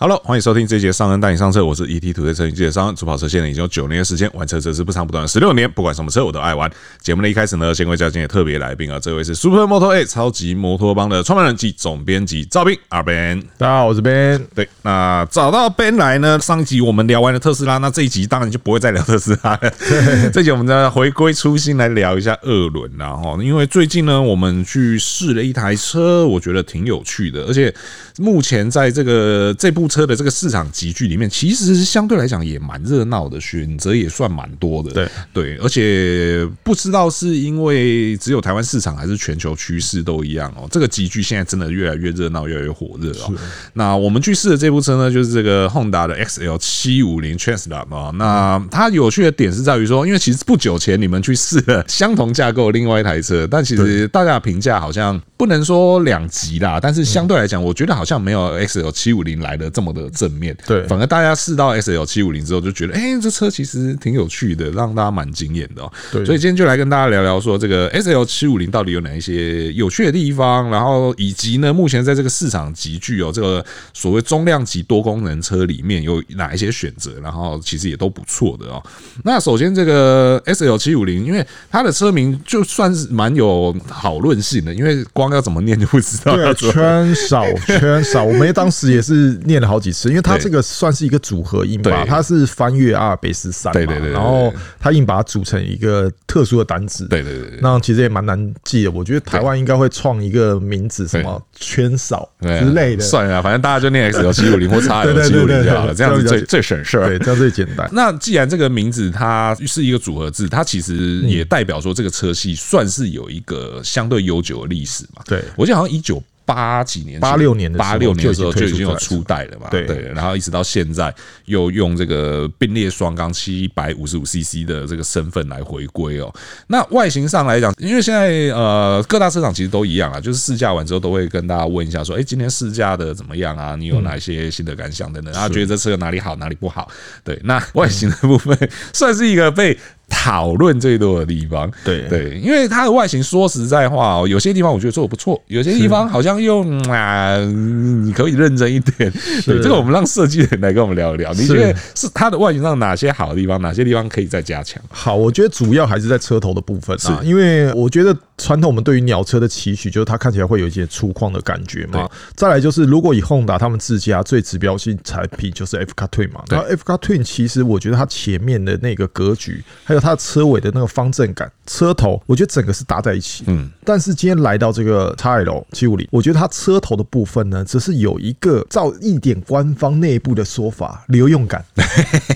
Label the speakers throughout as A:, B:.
A: Hello，欢迎收听这一节上恩带你上车，我是 ET 土的车与记者商，主跑车现在已经有九年的时间，玩车则是不长不短十六年，不管什么车我都爱玩。节目的一开始呢，先为大家今天的特别来宾啊，这位是 Super Moto A 超级摩托帮的创办人及总编辑赵斌阿 Ben。
B: 大家好，我是 Ben。
A: 对，那找到 Ben 来呢，上一集我们聊完了特斯拉，那这一集当然就不会再聊特斯拉了。这一集我们再回归初心来聊一下二轮啦哈，因为最近呢，我们去试了一台车，我觉得挺有趣的，而且目前在这个这部车的这个市场集聚里面，其实相对来讲也蛮热闹的，选择也算蛮多的。
B: 对
A: 对，而且不知道是因为只有台湾市场，还是全球趋势都一样哦。这个集聚现在真的越来越热闹，越来越火热哦。那我们去试的这部车呢，就是这个 Honda 的 XL 七五零 Translab 啊。那它有趣的点是在于说，因为其实不久前你们去试了相同架构的另外一台车，但其实大家的评价好像不能说两极啦，但是相对来讲，我觉得好像没有 XL 七五零来的这么的正面。
B: 对
A: 反而大家试到 XL 七五零之后，就觉得哎、诶这车其实挺有趣的，让大家蛮惊艳的哦。
B: 对
A: 所以今天就来跟大家聊聊说，这个 XL 七五零到底有哪一些有趣的地方，然后以及呢，目前在这个市场集聚哦，这个所谓中量级多功能车里面有哪一些选择，然后其实也都不错的哦。那首先这个 XL 七五零，因为它的车名就算是蛮有讨论性的，因为光要怎么念就不知道
B: 对
A: 要
B: 啊，
A: 怎么
B: 圈少圈少，我们当时也是念了好几次，因为它
A: 对
B: 这个算是一个组合音吧
A: 对，
B: 它是翻越阿尔卑斯山嘛，
A: 对对对对对
B: 然后它硬把它组成一个特殊的单词，
A: 对对对对
B: 那其实也蛮难记的。我觉得台湾应该会创一个名字，什么圈少
A: 对啊
B: 之类的，
A: 算了啦，反正大家就 念 XL 七五零或 XL 七五零就好了，这样子最最省事儿
B: 对，。这样最简单。
A: 那既然这个名字它是一个组合字，它其实
B: 嗯
A: 也代表说这个车系算是有一个相对悠久的历史嘛。
B: 对
A: 我记得好像一九。八几年、
B: 86年的时候
A: 八六年的时候就
B: 就已
A: 已经
B: 经推出
A: 有
B: 这台车
A: 初代了嘛，
B: 对
A: 然后一直到现在又用这个并列双缸七百五十五 CC 的这个身份来回归哦。那外形上来讲，因为现在呃各大车厂其实都一样啊，就是试驾完之后都会跟大家问一下说，哎、今天试驾的怎么样啊？你有哪一些新的感想等等？啊，觉得这车有哪里好，哪里不好？对，那外形的部分 算是一个被。讨论最多的地方，
B: 对
A: 对，因为它的外形，说实在话哦，有些地方我觉得做的不错，有些地方好像又嗯啊，你可以认真一点。对，这个我们让设计人来跟我们聊一聊，你觉得是它的外形上哪些好的地方，哪些地方可以再加强？
B: 好，我觉得主要还是在车头的部分啊，因为我觉得传统我们对于鸟车的期许就是它看起来会有一些粗犷的感觉嘛
A: 对。
B: 再来就是，如果以 Honda 他们自家最指标性产品就是 F Car Twin 嘛，
A: 对
B: 然后 F Car Twin 其实我觉得它前面的那个格局，还有它的车尾的那个方正感，车头我觉得整个是搭在一起。
A: 嗯，
B: 但是今天来到这个 XL 七五零，我觉得它车头的部分呢，只是有一个照一点官方内部的说法，留用感，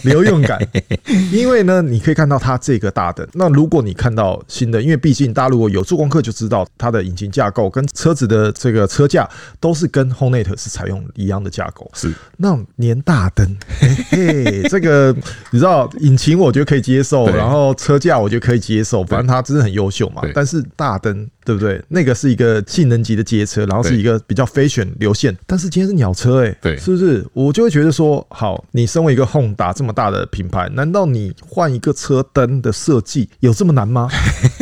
B: 留用感。因为呢，你可以看到它这个大灯。那如果你看到新的，因为毕竟大家如果有做功课就知道，它的引擎架构跟车子的这个车架都是跟 Hornet 是采用一样的架构。
A: 是
B: 那种年大灯， 嘿嘿，这个你知道，引擎我觉得可以接受，
A: 对
B: 然后车架我觉得可以接受，反正它真的很优秀嘛
A: 对。
B: 但是大灯对不对？那个是一个性能级的街车，然后是
A: 对
B: 一个比较非选流线，但是今天是鸟车、欸，哎，
A: 对
B: 是不是？我就会觉得说，好，你身为一个 Honda 这么大的品牌，难道你换一个车灯的设计有这么难吗？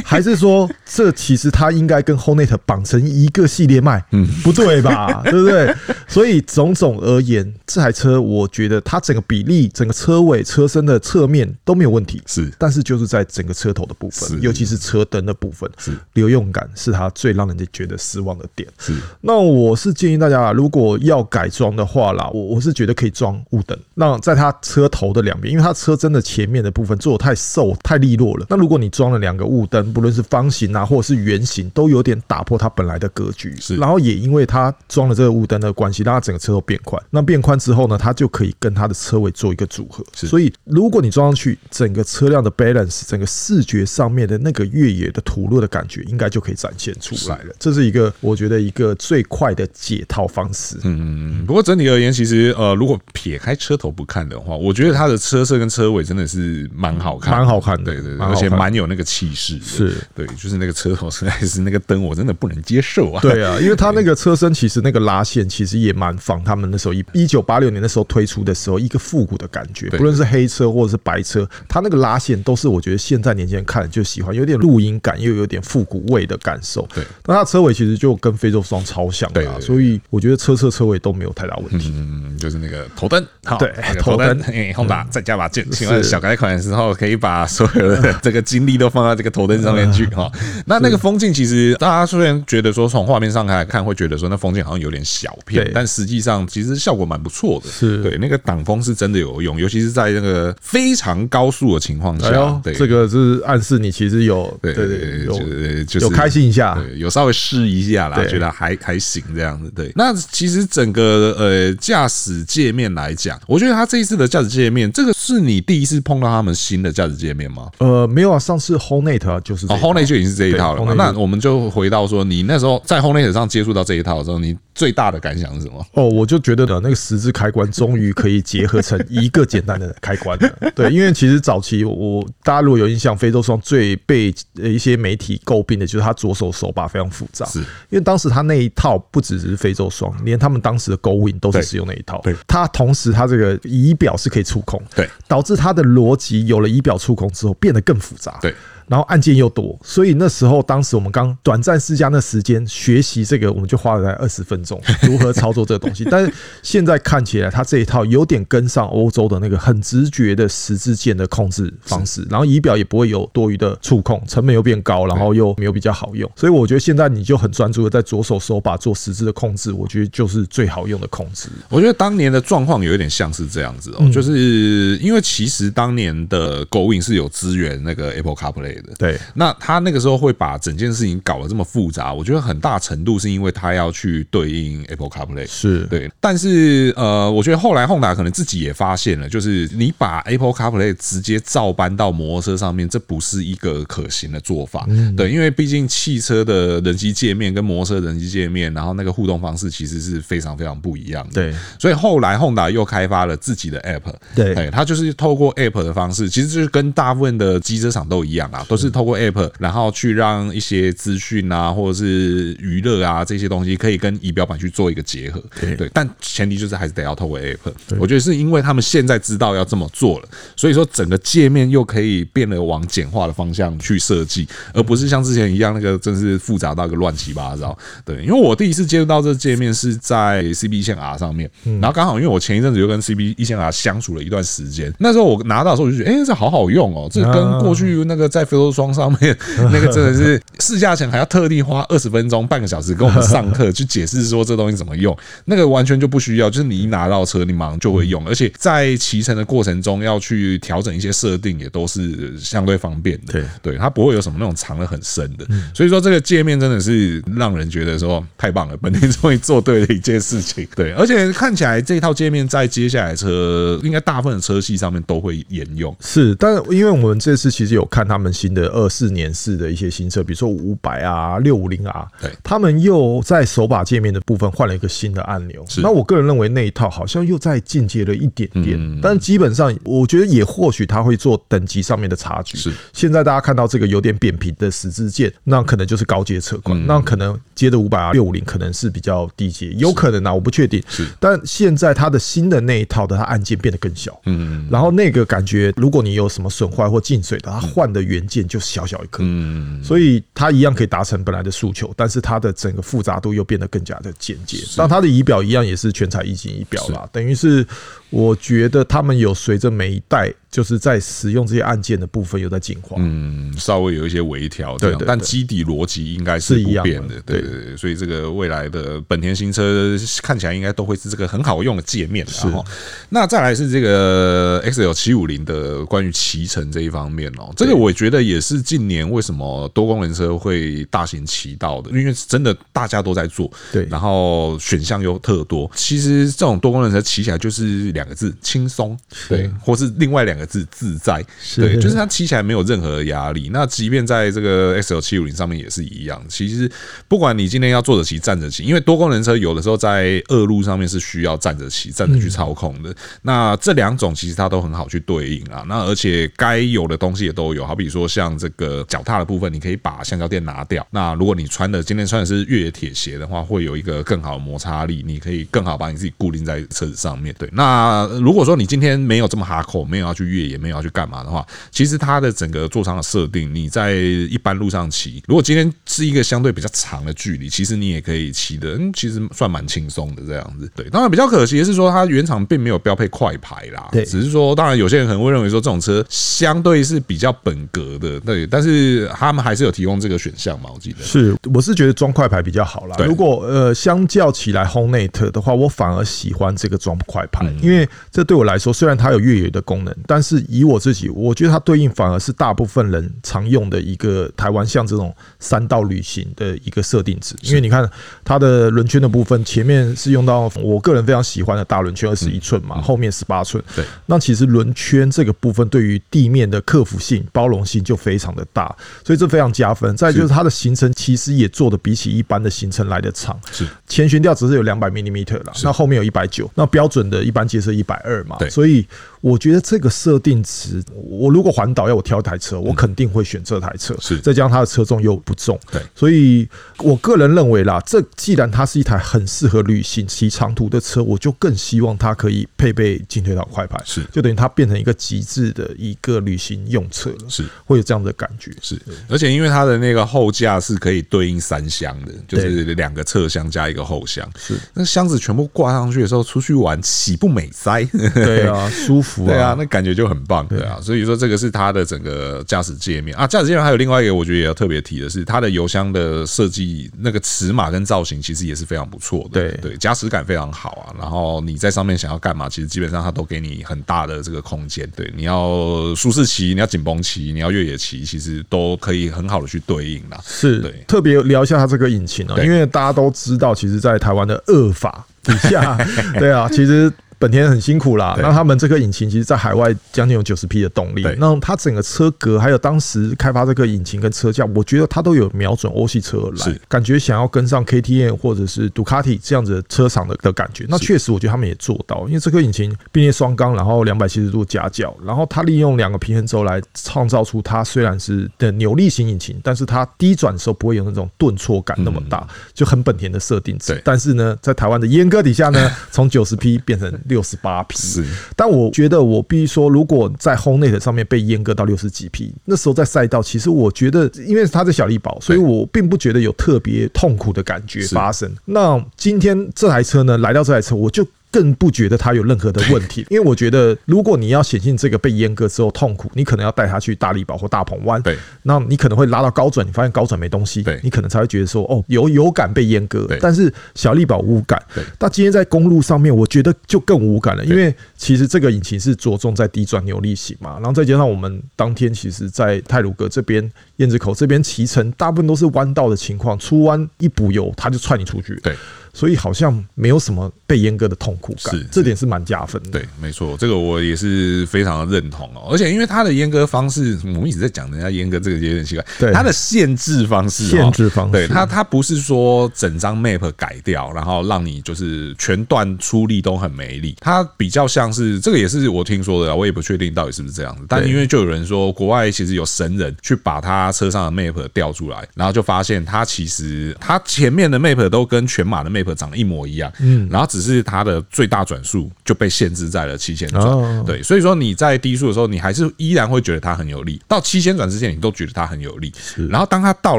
B: 还是说，这其实它应该跟 Hornet 绑成一个系列卖？嗯，不对 吧？对不对？所以种种而言，这台车我觉得它整个比例、整个车尾、车身的侧面都没有问题。
A: 是
B: 但是就是在整个车头的部
A: 是
B: 分，尤其是车灯的部分
A: 是，
B: 留用感是它最让人家觉得失望的点。
A: 是，
B: 那我是建议大家，如果要改装的话啦，我我是觉得可以装雾灯，那在它车头的两边，因为它车真的前面的部分做的太瘦、太利落了。那如果你装了两个雾灯，不论是方形啊，或者是圆形，都有点打破它本来的格局。
A: 是
B: 然后也因为它装了这个雾灯的关系，让它整个车头变宽。那变宽之后呢，它就可以跟它的车尾做一个组合。
A: 是
B: 所以如果你装上去，整个车辆的 balance，整个视觉上面的那个越野的吐露的感觉，应该就可以展现出来了。这是一个我觉得一个最快的解套方式。
A: 嗯不过整体而言，其实呃，如果撇开车头不看的话，我觉得它的车身跟车尾真的是蛮好看的，
B: 蛮好看的
A: 对对对，
B: 蛮好
A: 而
B: 看
A: 且
B: 的
A: 蛮有那个气势的，
B: 是
A: 对，就是那个车头 实在是那个灯，我真的不能接受啊。
B: 对啊，因为它那个车身其实那个拉线其实也蛮仿他们那时候一一九八六年那时候推出的时候一个复古的感觉，
A: 对
B: 不论是黑车或者是白车，它那个拉线都是我觉得现在年轻人看了就喜欢，有点露营感，又有点复古味的感受。
A: 对，
B: 那它车尾其实就跟非洲双超像
A: 对对
B: 的、
A: 对
B: 啊，所以我觉得车侧车尾都没有太大问题。
A: 嗯，就是那个头灯，好，
B: 对
A: 那个头
B: 头
A: 灯，
B: 灯
A: 哎，轰达再加把剑。请问小改款的时候，可以把所有的这个精力都放到这个头灯上面 去哈。那那个风镜，其实大家虽然觉得说从画面上来看会觉得说那风镜好像有点小片
B: 对，
A: 但实际上其实效果蛮不错的。
B: 是
A: 对，那个挡风是真的有用，尤其是在那个非常高速的情况
B: 哎
A: 下
B: 呦，，
A: 嗯啊对
B: 这。个是暗示你其实有
A: 对
B: 对
A: 对
B: 对
A: 对，
B: 有
A: 就是就是
B: 有开心一下，
A: 对，有稍微试一下啦，
B: 对
A: 觉得还还行这样子。对，那其实整个呃驾驶界面来讲，我觉得它这一次的驾驶界面，这个是你第一次碰到他们新的驾驶界面吗？
B: 呃，没有啊，上次 Hornet 啊就是这
A: 哦
B: 一
A: ，Home
B: 款
A: Net 就已经是这一套了嘛。
B: 对
A: 那
B: ，Hornet
A: 我们就回到说，你那时候在 Home Net 上接触到这一套的时候，你最大的感想是什么？
B: 哦，我就觉得呢，那个十字开关终于可以结合成一个简单的开关了。对，因为其实早期我我大家如果有印象，非洲双最被呃一些媒体诟病的就是它左手手把非常复杂，
A: 是
B: 因为当时它那一套不只是非洲双，连他们当时的 Going 都是使用那一套。
A: 对对
B: 它同时它这个仪表是可以触控，
A: 对，
B: 导致它的逻辑有了仪表触控之后变得更复杂。
A: 对。
B: 然后按键又多，所以那时候当时我们刚短暂试驾那时间学习这个，我们就花了大概二十分钟如何操作这个东西。但是现在看起来，它这一套有点跟上欧洲的那个很直觉的十字键的控制方式，然后仪表也不会有多余的触控，成本又变高，然后又没有比较好用。所以我觉得现在你就很专注的在左手手把做十字的控制，我觉得就是最好用的控制。
A: 我觉得当年的状况有一点像是这样子哦、就是因为其实当年的 Going 是有支援那个 Apple CarPlay 的，
B: 对，
A: 那他那个时候会把整件事情搞得这么复杂，我觉得很大程度是因为他要去对应 Apple CarPlay。
B: 是，
A: 对，但是呃，我觉得后来 Honda 可能自己也发现了，就是你把 Apple CarPlay 直接照搬到摩托车上面，这不是一个可行的做法。对，因为毕竟汽车的人机界面跟摩托车人机界面，然后那个互动方式其实是非常非常不一样的。
B: 对，
A: 所以后来 Honda 又开发了自己的 App，
B: 对
A: 哎，它就是透过 App 的方式，其实就是跟大部分的机车厂都一样啊，都是透过 App，然后去让一些资讯啊，或者是娱乐啊这些东西，可以跟仪表板去做一个结合。
B: 对
A: 对，但前提就是还是得要透过 App。我觉得是因为他们现在知道要这么做了，所以说整个界面又可以变得往简化的方向去设计，而不是像之前一样那个真是复杂到一个乱七八糟。对，因为我第一次接触到这个界面是在 CB 一线 R 上面，然后刚好因为我前一阵子就跟 CB 一线 R 相处了一段时间，那时候我拿到的时候我就觉得，哎、这好好用哦，这跟过去那个在非洲双上面那个真的是试驾前还要特地花二十分钟、半个小时跟我们上课去解释说这东西怎么用，那个完全就不需要，就是你一拿到车，你马上就会用，而且在骑乘的过程中要去调整一些设定，也都是相对方便的。
B: 对
A: 对，它不会有什么那种藏得很深的。所以说这个界面真的是让人觉得说太棒了，本田终于做对了一件事情。对，而且看起来这套界面在接下来车应该大部分的车系上面都会沿用。
B: 是，但因为我们这次其实有看他们新的二四年式的一些新车，比如说五百啊、六五零啊，
A: 对
B: 他们又在手把界面的部分换了一个新的按钮
A: 是。
B: 那我个人认为那一套好像又在进阶了一点点，
A: 嗯
B: 但基本上我觉得也或许它会做等级上面的差距。
A: 是，
B: 现在大家看到这个有点扁平的十字键，那可能就是高阶车
A: 嗯
B: 款，那可能接着五百啊、六五零可能是比较低阶，有可能啊，我不确定。
A: 是
B: 但现在它的新的那一套的它按键变得更小，
A: 嗯
B: 然后那个感觉，如果你有什么损坏或进水的，它换的元件就小小一颗，
A: 嗯，
B: 所以它一样可以达成本来的诉求，但是它的整个复杂度又变得更加的简洁。那它的仪表一样也是全彩液晶仪表啦，等于是我觉得他们有随着每一代就是在使用这些按键的部分有在进化。
A: 嗯，稍微有一些微调这样，
B: 对对对
A: 但基底逻辑应该是
B: 是一
A: 不
B: 样的
A: 变的，对
B: 对
A: 对对，所以这个未来的本田新车看起来应该都会是这个很好用的界面然后，那再来是这个 X L 七五零的关于骑乘这一方面哦，这个我觉得也是近年为什么多功能车会大行其道的，因为真的大家都在做，
B: 对
A: 然后选项又特多。其实这种多功能车骑起来就是两个字轻松，对，或是另外两个字自在，对，就是它骑起来没有任何压力。那即便在这个 XL 七五零上面也是一样。其实不管你今天要坐着骑、站着骑，因为多功能车有的时候在恶路上面是需要站着骑、站着去操控的。那这两种其实它都很好去对应啊。那而且该有的东西也都有，好比说像这个脚踏的部分，你可以把橡胶垫拿掉。那如果你穿的今天穿的是越野铁鞋的话，会有一个更好的摩擦力，你可以更好把你自己固定在车子上面。对，那如果说你今天没有这么哈扣，没有要去越野，没有要去干嘛的话，其实它的整个座舱的设定，你在一般路上骑，如果今天是一个相对比较长的距离，其实你也可以骑的，嗯，其实算蛮轻松的这样子。对，当然比较可惜的是说，它原厂并没有标配快牌啦，
B: 对
A: 只是说，当然有些人可能会认为说这种车相对是比较本格的，对，但是他们还是有提供这个选项嘛，我记得。
B: 是，我是觉得装快牌比较好啦。
A: 对
B: 如果呃，相较起来 h o m e n e t 的话，我反而喜欢这个装快牌，因为这对我来说，虽然它有越野的功能，但是以我自己，我觉得它对应反而是大部分人常用的一个台湾像这种山道旅行的一个设定值。因为你看它的轮圈的部分，前面是用到我个人非常喜欢的大轮圈二十一寸嘛，后面十八寸。
A: 对，
B: 那其实轮圈这个部分对于地面的克服性、包容性就非常的大，所以这非常加分。再就是它的行程其实也做的比起一般的行程来的长，
A: 是
B: 前悬吊只是有两百 m m 啦，那后面有一百九，那标准的一般街车一百二嘛
A: 对，
B: 所以我觉得这个设定值，我如果环岛要我挑一台车，我肯定会选这台车，
A: 嗯是
B: 再加上它的车重又不重，
A: 对
B: 所以我个人认为啦，这既然它是一台很适合旅行、骑长途的车，我就更希望它可以配备进退岛快牌，
A: 是
B: 就等于它变成一个极致的一个旅行用车了，
A: 是
B: 会有这样的感 觉，
A: 是，而且因为它的那个后架是可以对应三厢的，就是两个侧箱加一个后箱。
B: 是
A: 那箱子全部挂上去的时候，出去玩喜不美哉。
B: 对啊，舒服
A: 对啊，那感觉就很棒，对啊，所以说这个是它的整个驾驶界面啊，驾驶界面还有另外一个我觉得也要特别提的是，它的油箱的设计那个尺码跟造型其实也是非常不错的，
B: 对
A: 对，驾驶感非常好啊。然后你在上面想要干嘛，其实基本上它都给你很大的这个空间，对，你要舒适骑，你要紧绷骑，你要越野骑，其实都可以很好的去对应啦。
B: 是
A: 对
B: 特别聊一下它这个引擎啊，
A: 对
B: 因为大家都知道，其实，在台湾的恶法底 下，对啊，其实。本田很辛苦啦，
A: 对
B: 那他们这个引擎其实，在海外将近有九十匹的动力
A: 对，
B: 那它整个车格还有当时开发这个引擎跟车架，我觉得它都有瞄准欧系车而来
A: 是，
B: 感觉想要跟上 KTM 或者是杜卡迪这样子的车厂的的感觉。那确实，我觉得他们也做到，因为这个引擎并列双缸，然后两百七十度夹角，然后它利用两个平衡轴来创造出它虽然是的扭力型引擎，但是它低转的时候不会有那种顿挫感那么大，就很本田的设定
A: 嗯
B: 值
A: 对。
B: 但是呢，在台湾的阉割底下呢，从九十匹变成六十八匹，
A: 是
B: 但我觉得我必须说，如果在 h o m e n e t 上面被阉割到六十几匹，那时候在赛道，其实我觉得，因为它是小力宝，所以我并不觉得有特别痛苦的感觉发生。那今天这台车呢，来到这台车，我就。更不觉得它有任何的问题，因为我觉得，如果你要显现这个被阉割之后痛苦，你可能要带它去大力宝或大鹏湾，
A: 对，
B: 那你可能会拉到高转，你发现高转没东西，
A: 对
B: 你可能才会觉得说，哦，有有感被阉割
A: 对，
B: 但是小力宝无感
A: 对。
B: 但今天在公路上面，我觉得就更无感了，因为其实这个引擎是着重在低转扭力型嘛，然后再加上我们当天其实，在泰鲁格这边、燕子口这边骑乘，大部分都是弯道的情况，出弯一补油，它就踹你出去，
A: 对，
B: 所以好像没有什么被阉割的痛苦
A: 是
B: 感，这点是蛮加分的。
A: 对，没错，这个我也是非常的认同哦。而且因为它的阉割方式，我们一直在讲人家阉割这个也有点奇怪，
B: 对
A: 它的限制方式、哦，
B: 限制方式
A: 对它它不是说整张 map 改掉，然后让你就是全段出力都很没力，它比较像是这个也是我听说的啊，我也不确定到底是不是这样子，但
B: 对
A: 因为就有人说国外其实有神人去把他车上的 map 调出来，然后就发现它其实它前面的 map 都跟全马的 map 长得一模一样，嗯，然后只是它的最大转速就被限制在了七千转，
B: 哦
A: 对，所以说你在低速的时候，你还是依然会觉得它很有力，到七千转之前你都觉得它很有力，然后当它到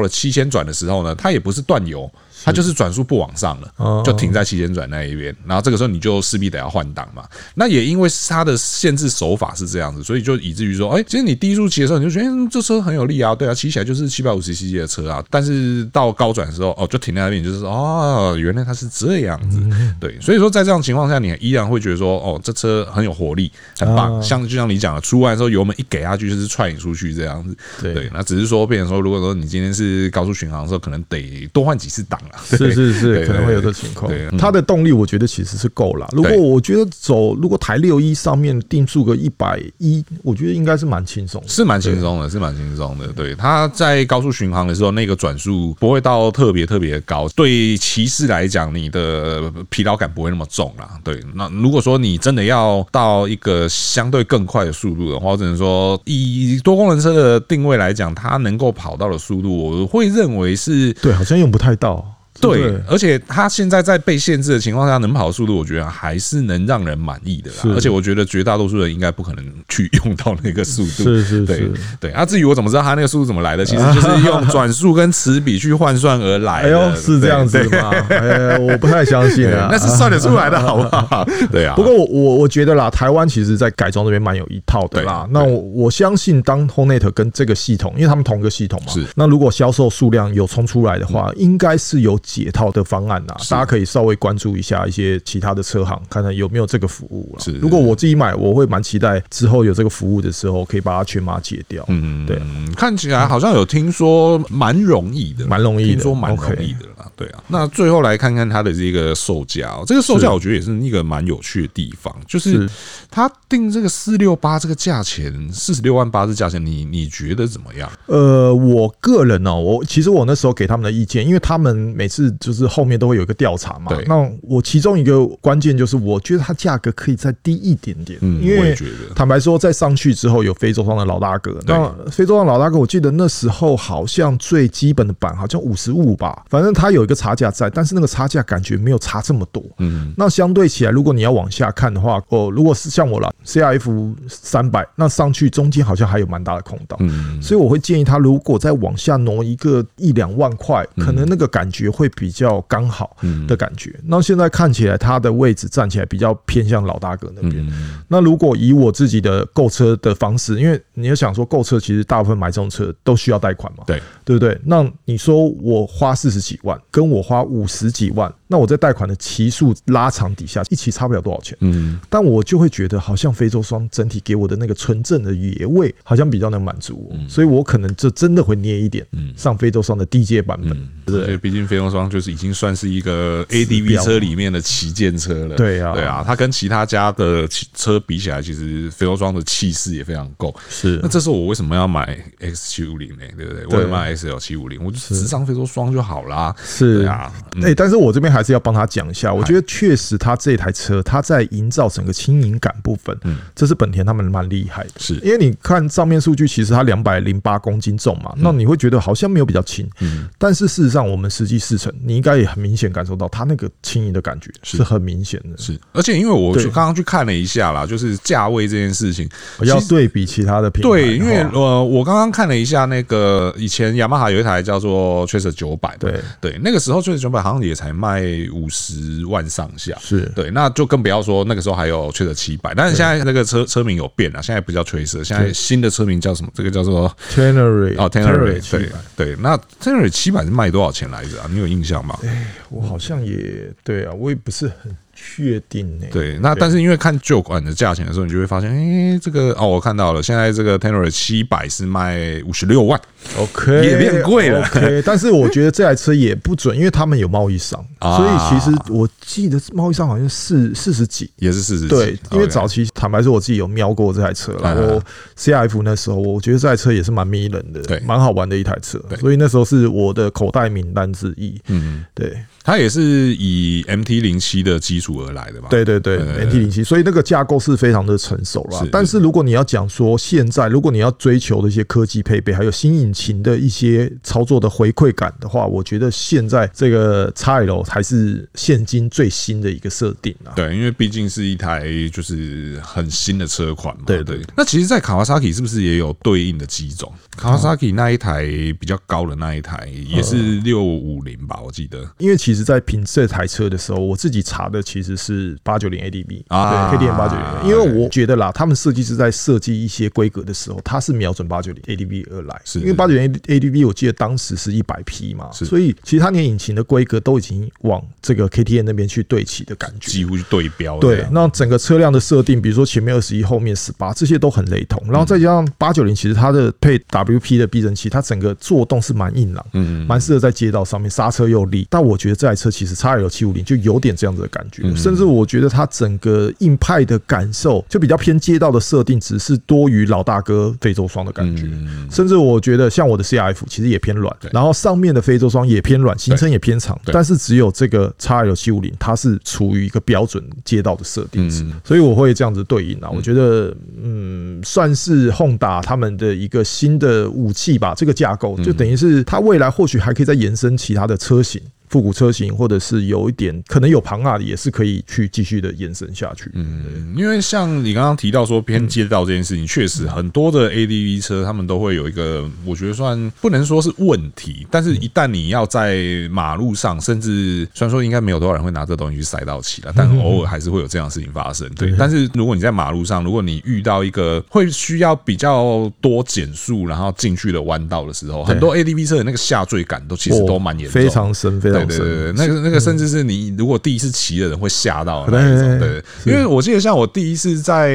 A: 了七千转的时候呢，它也不是断油。它就是转速不往上了
B: 哦，
A: 就停在七千转那一边，然后这个时候你就势必得要换挡嘛。那也因为它的限制手法是这样子，所以就以至于说，哎、其实你低速骑的时候，你就觉得、哎嗯这车很有力啊，对啊，骑起来就是七百五十 cc 的车啊。但是到高转的时候，哦，就停在那边，你就是哦，原来它是这样子，
B: 嗯
A: 对。所以说，在这样情况下，你依然会觉得说，哦，这车很有活力，很棒。
B: 啊
A: 像就像你讲的，出弯的时候油门一给下去，就是踹你出去这样子。
B: 对
A: 对，那只是说，变成说，如果说你今天是高速巡航的时候，可能得多换几次啊档了。 对
B: 是是
A: 对
B: 是，可能会有
A: 对
B: 这情况
A: 对。嗯
B: 它的动力我觉得其实是够了。如果
A: 对
B: 我觉得走，如果台六一上面定速个一百一，我觉得应该是蛮轻松的。
A: 是蛮轻松的，是蛮轻松的。对，它在高速巡航的时候，那个转速不会到特别特别高，对骑士来讲，你的疲劳感不会那么重啦。对，那如果说你真的要到一个相对更快的速度的话，我只能说以多功能车的定位来讲，它能够跑到的速度，我会认为是
B: 对，好像用不太到。
A: 对
B: 对，
A: 而且它现在在被限制的情况下，能跑的速度，我觉得还是能让人满意的
B: 是
A: 啦。而且我觉得绝大多数人应该不可能去用到那个速度。
B: 是是
A: 对
B: 是。啊
A: 对。啊，至于我怎么知道它那个速度怎么来的，其实就是用转速跟齿比去换算而来
B: 哎
A: 的。
B: 呦，是这样子
A: 对。对
B: 吗？哎，我不太相信
A: 对
B: 啊。
A: 那是算得出来的，好不 好？对啊。
B: 不过我我我觉得啦，台湾其实在改装这边蛮有一套的啦。
A: 对
B: 那
A: 对
B: 我我相信当 HomeNet 跟这个系统，因为他们同个系统嘛，
A: 是嗯
B: 那如果销售数量有冲出来的话，应该是有解套的方案啦。大家可以稍微关注一下一些其他的车行，看看有没有这个服务
A: 是
B: 啦。如果我自己买，我会蛮期待之后有这个服务的时候，可以把它全码解掉。
A: 嗯，
B: 对，
A: 看起来好像有听说蛮容易的，
B: 蛮容易的
A: 听说蛮容易的啦。对啊，那最后来看看它的这个售价、哦，这个售价
B: 是
A: 我觉得也是一个蛮有趣的地方，就是
B: 是
A: 它定这个四六八这个价钱，四十六万八这价钱，你你觉得怎么样？
B: 呃，我个人呢、我其实我那时候给他们的意见，因为他们每次就是后面都会有一个调查嘛
A: 对。
B: 那我其中一个关键就是，我觉得它价格可以再低一点点，
A: 嗯，
B: 因
A: 我也
B: 为
A: 觉得，
B: 坦白说，在上去之后有非洲方的老大哥，
A: 对
B: 那非洲方老大哥，我记得那时候好像最基本的版好像五十五吧，反正它有一个差价在，但是那个差价感觉没有差这么多。
A: 嗯，
B: 那相对起来，如果你要往下看的话，哦，如果是像我啦 c r f 三百，那上去中间好像还有蛮大的空档。
A: 嗯，
B: 所以我会建议他，如果再往下挪一个一两万块，可能那个感觉会比较刚好
A: 嗯
B: 的感觉。那现在看起来，他的位置站起来比较偏向老大哥那边。
A: 嗯，
B: 那如果以我自己的购车的方式，因为你要想说购车，其实大部分买这种车都需要贷款嘛，
A: 对
B: 对不对？那你说我花四十几万，跟我花五十几万，那我在贷款的期数拉长底下，一起差不了多少钱。
A: 嗯，
B: 但我就会觉得，好像非洲双整体给我的那个纯正的野味，好像比较能满足我，所以我可能就真的会捏一点
A: 嗯
B: 上非洲双的低阶版本。
A: 而且毕竟飞龙双就是已经算是一个 ADV
B: 标
A: 车里面的旗舰车了。
B: 对啊
A: 对啊，它跟其他家的汽车比起来，其实飞龙双的气势也非常够。
B: 是
A: 那这时候我为什么要买 X 七五零呢？对不对？我
B: 对
A: 也买 XL 七五零，我就直上飞洲双就好啦。
B: 是
A: 对啊，哎
B: 哎、但是我这边还是要帮他讲一下，我觉得确实他这台车，他在营造整个轻盈感部分，
A: 嗯
B: 这是本田他们蛮厉害的。
A: 是
B: 因为你看账面数据，其实它两百零八公斤重嘛，那你会觉得好像没有比较轻，
A: 嗯
B: 但是事实上我们实际试乘，你应该也很明显感受到它那个轻盈的感觉
A: 是
B: 是很明显的。
A: 是，而且因为我
B: 对
A: 去刚刚去看了一下啦，就是价位这件事情，
B: 要
A: 其实
B: 对比其他的品牌的话，
A: 对，因为呃，我刚刚看了一下那个以前雅马哈有一台叫做 Tracer 九百，
B: 对
A: 对，那个时候 Tracer 九百好像也才卖五十万上下。
B: 是
A: 对，那就更不要说那个时候还有 Tracer 七百，但是现在那个车车名有变了，现在不叫 Tracer，现在
B: 对
A: 新的车名叫什么？这个叫做
B: Tenere
A: 哦 t e n e r
B: 700
A: 对对，那 t e n e r 七百是卖多少钱来着啊？你有印象吗？
B: 哎我好像也对啊，我也不是很确定呢、
A: 对，那
B: 对
A: 但是因为看旧款的价钱的时候，你就会发现，哎、这个哦，我看到了，现在这个 t e n e r 七百是卖五十六万，
B: OK，
A: 也变贵了
B: OK，但是我觉得这台车也不准，因为他们有贸易商，
A: 啊
B: 所以其实我记得贸易商好像是四十几。
A: 也是四十。哦
B: 对，因为
A: OK
B: 早期坦白说，我自己有瞄过这台车啦。
A: 嗯嗯嗯
B: 我 CF 那时候，我觉得这台车也是蛮迷人的，
A: 对
B: 蛮好玩的一台车
A: 对。
B: 所以那时候是我的口袋名单之一。
A: 嗯，
B: 对，
A: 它也是以 MT 零七的基础而来的吧？
B: 对对对
A: 对对
B: ，NT 零七，所以那个架构是非常的成熟啦
A: 是。
B: 但是如果你要讲说现在，如果你要追求的一些科技配备，还有新引擎的一些操作的回馈感的话，我觉得现在这个 XL 还是现今最新的一个设定啊。
A: 对，因为毕竟是一台就是很新的车款嘛。
B: 对对
A: 那其实，在卡瓦萨 i 是不是也有对应的机种？卡瓦萨
B: 哦
A: i 那一台比较高的那一台也是
B: 呃
A: 六五零吧，我记得。
B: 因为其实，在评这台车的时候，我自己查的其实是八九零 ADB
A: 啊
B: 对 KTM 八九零，因为我觉得啦，他们设计师在设计一些规格的时候，他是瞄准八九零 ADB 而来，
A: 是
B: 因为八九零 ADB 我记得当时是一百匹嘛，
A: 是
B: 所以其实它连引擎的规格都已经往这个 KTM 那边去对齐的感觉。
A: 几乎是对标这
B: 对
A: 样，
B: 那整个车辆的设定，比如说前面二十一，后面十八，这些都很雷同。然后再加上八九零，其实它的配 WP 的避震器，它整个做动是蛮硬朗的。
A: 嗯，
B: 蛮适合在街道上面刹车又力。但我觉得这台车其实 XL 七五零就有点这样子的感觉，
A: 嗯
B: 甚至我觉得它整个硬派的感受就比较偏街道的设定，只是多于老大哥非洲双的感觉。
A: 嗯
B: 甚至我觉得像我的 CRF 其实也偏软
A: 对，
B: 然后上面的非洲双也偏软，行程也偏长，
A: 对
B: 但是只有这个 XL 七五零它是处于一个标准街道的设定值
A: 嗯，
B: 所以我会这样子对应啊。我觉得嗯，算是 Honda 他们的一个
A: 嗯
B: 新的武器吧，这个架构就等于是它未来或许还可以再延伸其他的车型。复古车型，或者是有一点可能有庞大的，也是可以去继续的延伸下去。
A: 嗯，因为像你刚刚提到说偏街道这件事情，确实很多的 ADV 车他们都会有一个，我觉得算不能说是问题，但是一旦你要在马路上，甚至虽然说应该没有多少人会拿这东西去塞到骑了，但偶尔还是会有这样的事情发生。对，但是如果你在马路上，如果你遇到一个会需要比较多减速然后进去的弯道的时候，很多 ADV 车的那个下坠感都其
B: 哦
A: 实都蛮严重的，
B: 非常深，非
A: 对
B: 常深。
A: 对对，对那个那个，甚至是你如果第一次骑的人会吓到的
B: 对
A: 那一种。
B: 对
A: 对，因为我记得像我第一次在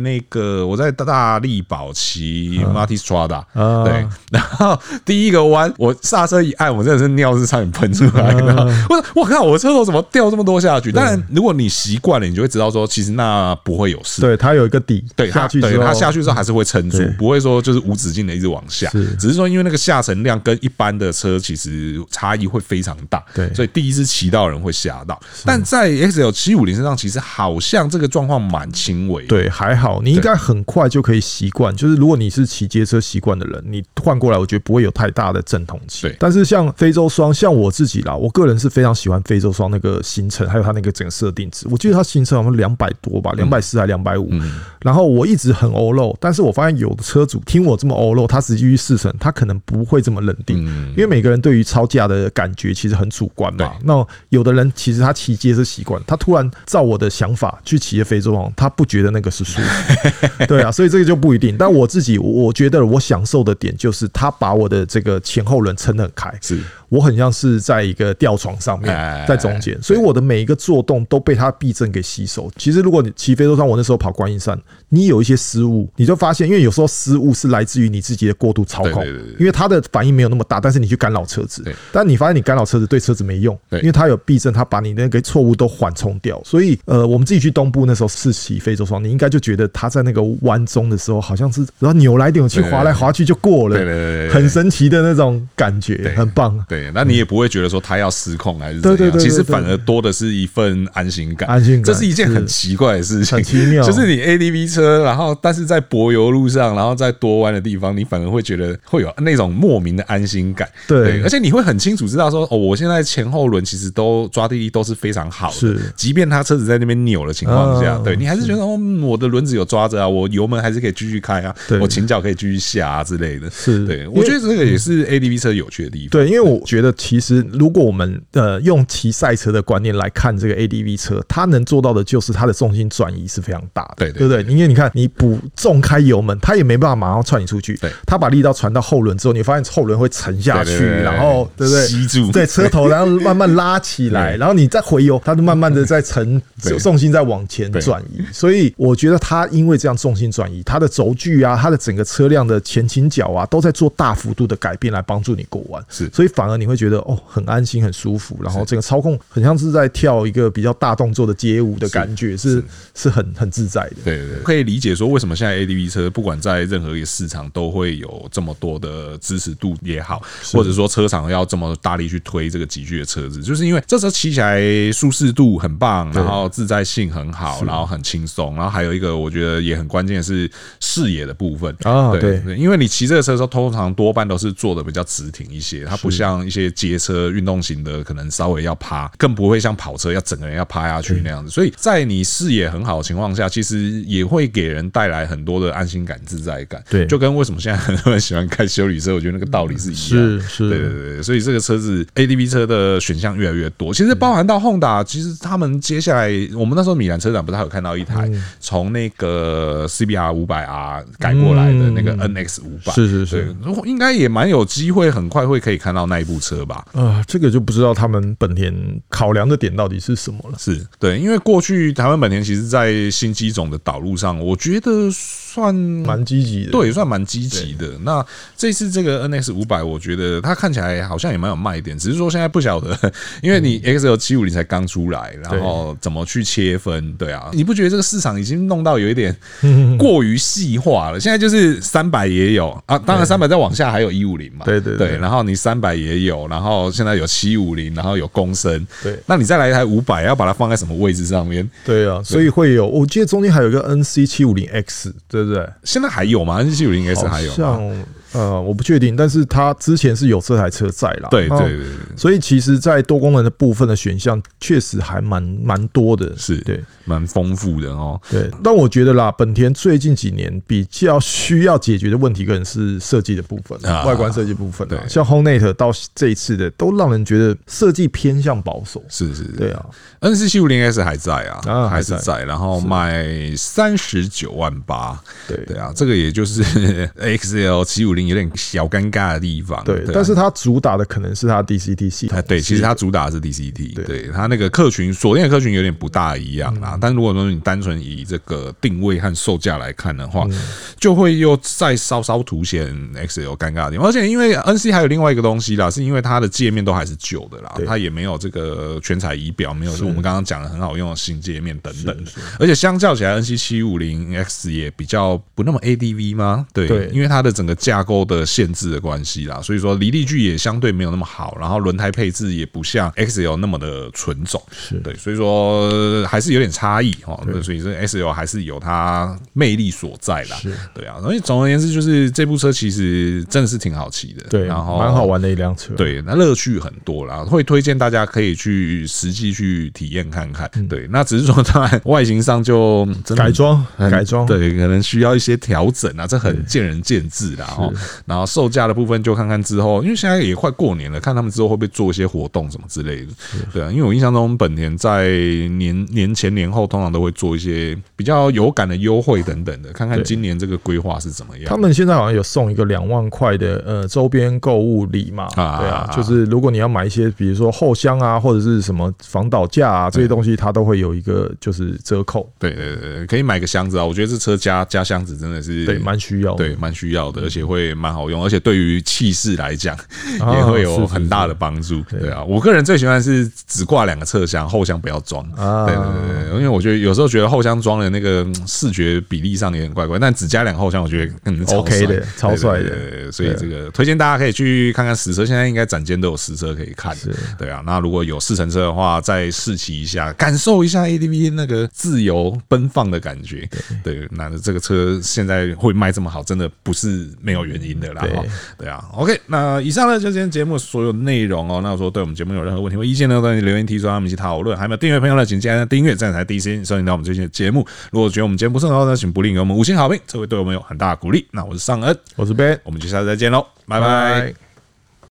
A: 那个我在大力宝骑 Marti Strada，
B: 啊
A: 对，然后第一个弯我刹车一按，我真的是尿是差点喷出来的。
B: 啊
A: 我说我靠，我的车头怎么掉这么多下去？当然，如果你习惯了，你就会知道说，其实那不会有事。
B: 对，它有一个底，
A: 对它
B: 下去
A: 对
B: 之后，
A: 它下去之后还是会撑住
B: 对，
A: 不会说就是无止境的一直往下
B: 是，
A: 只是说因为那个下沉量跟一般的车其实差异会非常大，
B: 对
A: 所以第一次骑到的人会吓到，但在 XL 七五零身上其实好像这个状况蛮轻微，，
B: 对，还好，你应该很快就可以习惯。就是如果你是骑街车习惯的人，你换过来，我觉得不会有太大的阵痛期。
A: 对
B: 但是像非洲双，像我自己啦，我个人是非常喜欢非洲双那个行程，还有它那个整个设定值。我记得它行程好像两百多吧，两百四还两百五。然后我一直很欧漏，但是我发现有的车主听我这么欧漏，他实际去试乘，他可能不会这么认定，因为每个人对于超价的感觉其实很主观嘛。那有的人其实他骑街是习惯，他突然照我的想法去骑非洲王，他不觉得那个是舒服，对啊，所以这个就不一定。但我自己我我觉得我享受的点就是他把我的这个前后轮撑得很开，
A: 是
B: 我很像是在一个吊床上面
A: 哎，
B: 在中间，所以我的每一个做动都被它避震给吸收。其实如果你骑非洲山，我那时候跑观音山，你有一些失误，你就发现，因为有时候失误是来自于你自己的过度操控
A: 对对对对，
B: 因为它的反应没有那么大，但是你去干扰车子
A: 对，
B: 但你发现你干扰车子对车子没用，
A: 对
B: 因为它有避震，它把你那个错误都缓冲掉。所以呃，我们自己去东部那时候试骑非洲双，你应该就觉得它在那个弯中的时候，好像是然后扭来扭去、
A: 对对
B: 滑来滑去就过了，
A: 对对对对对
B: 很神奇的那种感觉，很棒。
A: 对，那你也不会觉得说他要失控还是怎
B: 对对
A: 样，
B: 对对
A: 其实
B: 对
A: 反而多的是一份安心感，
B: 安心感
A: 这是一件很
B: 是
A: 奇怪的事情，
B: 很奇妙
A: 就是你 ADV 车，然后但是在柏油路上，然后在多弯的地方，你反而会觉得会有那种莫名的安心感，
B: 对
A: 而且你会很清楚知道说，哦，我现在前后轮其实都抓地力都是非常好的
B: 是，
A: 即便他车子在那边扭的情况下，
B: 嗯
A: 对你还是觉得哦，嗯我的轮子有抓着啊，我油门还是可以继续开啊
B: 对，
A: 我前脚可以继续下啊之类的，
B: 是
A: 对，
B: 因
A: 我
B: 为
A: 觉得这个也是 ADV 车有趣的地方。
B: 对，因为我觉得其实如果我们呃用骑赛车的观念来看这个 ADV 车，它能做到的就是它的重心转移是非常大的，
A: 对对
B: 对不对？因为你看你补重开油门，它也没办法马上窜你出去，
A: 对
B: 它把力道传到后轮之后，你发现后轮会沉下
A: 对
B: 去，
A: 对对对
B: 然后对不对？
A: 吸住
B: 对车头，然后慢慢拉起来，
A: 对
B: 然后你再回油，它就慢慢的在 沉
A: 对，
B: 重心在往前转移。所以我觉得它因为这样重心转移，它的轴距啊，它的整个车辆的前倾角啊，都在做大幅度的改变来帮助你过弯。
A: 是
B: 所以反而你会觉得哦，很安心、很舒服，然后整个操控很像是在跳一个比较大动作的街舞的感觉，是是很很自在的。
A: 对对对，可以理解说为什么现在 ADV 车不管在任何一个市场都会有这么多的支持度也好，或者说车厂要这么大力去推这个集聚的车子，就是因为这车骑起来舒适度很棒，然后自在性很好，然后很轻松，然后还有一个我觉得也很关键的是视野的部分
B: 啊
A: 对
B: 对，
A: 因为你骑这个车的时候，通常多半都是坐的比较直挺一些，它不像一些街车运动型的，可能稍微要趴，更不会像跑车要整个人要趴下去那样子。所以在你视野很好的情况下，其实也会给人带来很多的安心感、自在感。
B: 对
A: 就跟为什么现在很多人喜欢开修理车，我觉得那个道理是一样的。
B: 是是
A: 对对对，所以这个车子 ADV 车的选项越来越多。其
B: 嗯
A: 实包含到 Honda，其实他们接下来，我们那时候米兰车展不是还有看到一台
B: 嗯
A: 从那个 CBR 五百 R 改过来的那个 NX 五百，
B: 嗯是是是
A: 对，应该也蛮有机会，很快会可以看到那一部车吧。
B: 啊、这个就不知道他们本田考量的点到底是什么了。
A: 是对，因为过去台湾本田其实，在新机种的导入上，我觉得算
B: 蛮积极的，
A: 对，算蛮积极的。那这次这个 NX 五百，我觉得它看起来好像也蛮有卖点，只是说现在不晓得， 因为你 XL 七五零才刚出来，然后怎么去切分？对啊，你不觉得这个市场已经弄到有一 点过于细化了？现在就是三百也有啊，当然三百再往下还有一五零嘛，
B: 对对
A: 对
B: 对
A: 然后你三百也有，然后现在有七五零，然后有公升，
B: 对
A: 那你再来一台五百，要把它放在什么位置上面？
B: 对啊，所以会有，我记得中间还有一个 NC 七五零 X，对不对？
A: 现在还有吗？NC 七五零 S 还有吗？
B: 好像呃，我不确定，但是它之前是有这台车在啦。
A: 对对
B: 那
A: 对，对
B: 所以其实，在多功能的部分的选项确实还蛮蛮多的，
A: 是
B: 对
A: 蛮丰富的哦。
B: 对。但我觉得啦，本田最近几年比较需要解决的问题，可能是设计的部分，
A: 啊
B: 外观设计部分啦。
A: 对
B: 像 HomeNet 到这一次的，都让人觉得设计偏向保守。
A: 是是，是
B: 对啊，
A: ，N 四七五零 S 还在啊，
B: 啊
A: 还是
B: 还
A: 在，然后卖三十九万八，
B: 对
A: 对啊，这个也就是 XL 七五零有点小尴尬的地方，
B: 对
A: 啊，
B: 但是它主打的可能是它 DCT 系统
A: 啊，。对，其实它主打的是 DCT，对它那个客群锁定的客群有点不大一样啦。但如果说你单纯以这个定位和售价来看的话，就会又再稍稍凸显 XL 尴尬的地方。而且因为 NC 还有另外一个东西啦，是因为它的界面都还是旧的啦，
B: 对
A: 它也没有这个全彩仪表，没有我们刚刚讲的很好用的新界面等等的。而且相较起来，NC 七五零 X 也比较不那么 ADV 吗？对，
B: 对
A: 因为它的整个架构的限制的关系啦，所以说离地距也相对没有那么好，然后轮胎配置也不像 XL 那么的纯种，
B: 是
A: 对，所以说呃还是有点差异哦。对所以这 XL 还是有它魅力所在啦，对啊。所以总而言之，就是这部车其实真的是挺好骑的，
B: 对，
A: 然后
B: 蛮好。玩的一辆车。
A: 对，那乐趣很多啦，会推荐大家可以去实际去体验看看。对，那只是说当然外形上就嗯真的
B: 嗯改装，
A: 很
B: 改装，
A: 对，可能需要一些调整啊，这很见仁见智啦。哦，然后售价的部分就看看之后，因为现在也快过年了，看他们之后会不会做一些活动什么之类的。对啊，因为我印象中本田在年年前年后通常都会做一些比较有感的优惠等等的，看看
B: 对
A: 今年这个规划是怎么样。
B: 他们现在好像有送一个两万块的呃周边购物礼嘛，对
A: 啊
B: 啊，就是如果你要买一些，比如说后箱啊，或者是什么防倒架啊这些东西，它都会有一个就是折扣，
A: 对对对对，可以买个箱子啊，我觉得这车加加箱子真的是
B: 对，蛮需要的，
A: 对，蛮需
B: 嗯
A: 要的，而且会蛮好用，而且对于气势来讲
B: 啊
A: 也会有很大的帮助。
B: 是
A: 对啊，我个人最喜欢是只挂两个侧箱，后箱不要装。
B: 啊
A: 对对对对，因为我觉得有时候觉得后箱装的那个嗯视觉比例上也很怪怪，但只加两个后箱，我觉得嗯超
B: OK 的超帅
A: 对
B: 的
A: 对对对对所以
B: 对
A: 这个推荐大家可以去看看实车，现在应该展间都有实车可以看。
B: 是
A: 对啊，那如果有试乘车的话，再试骑一下，感受一下 ADV 那个自由奔放的感觉。对，那这个车现在会卖这么好，真的不是没有原因的啦。
B: 对
A: 哦对啊，OK，那以上呢就是今天节目所有内容哦。那说对我们节目有任何问题或意见呢，都你留言提出，让我们一起讨论。还没有订阅的朋友呢，请记得按订阅，这样才第一时间收听到我们最新的节目。如果觉得我们节目不错的话呢，请不吝给我们五星好评，这会对我们有很大的鼓励。那我是尚恩，
B: 我是 Ben，
A: 我们就下次再见喽，拜拜。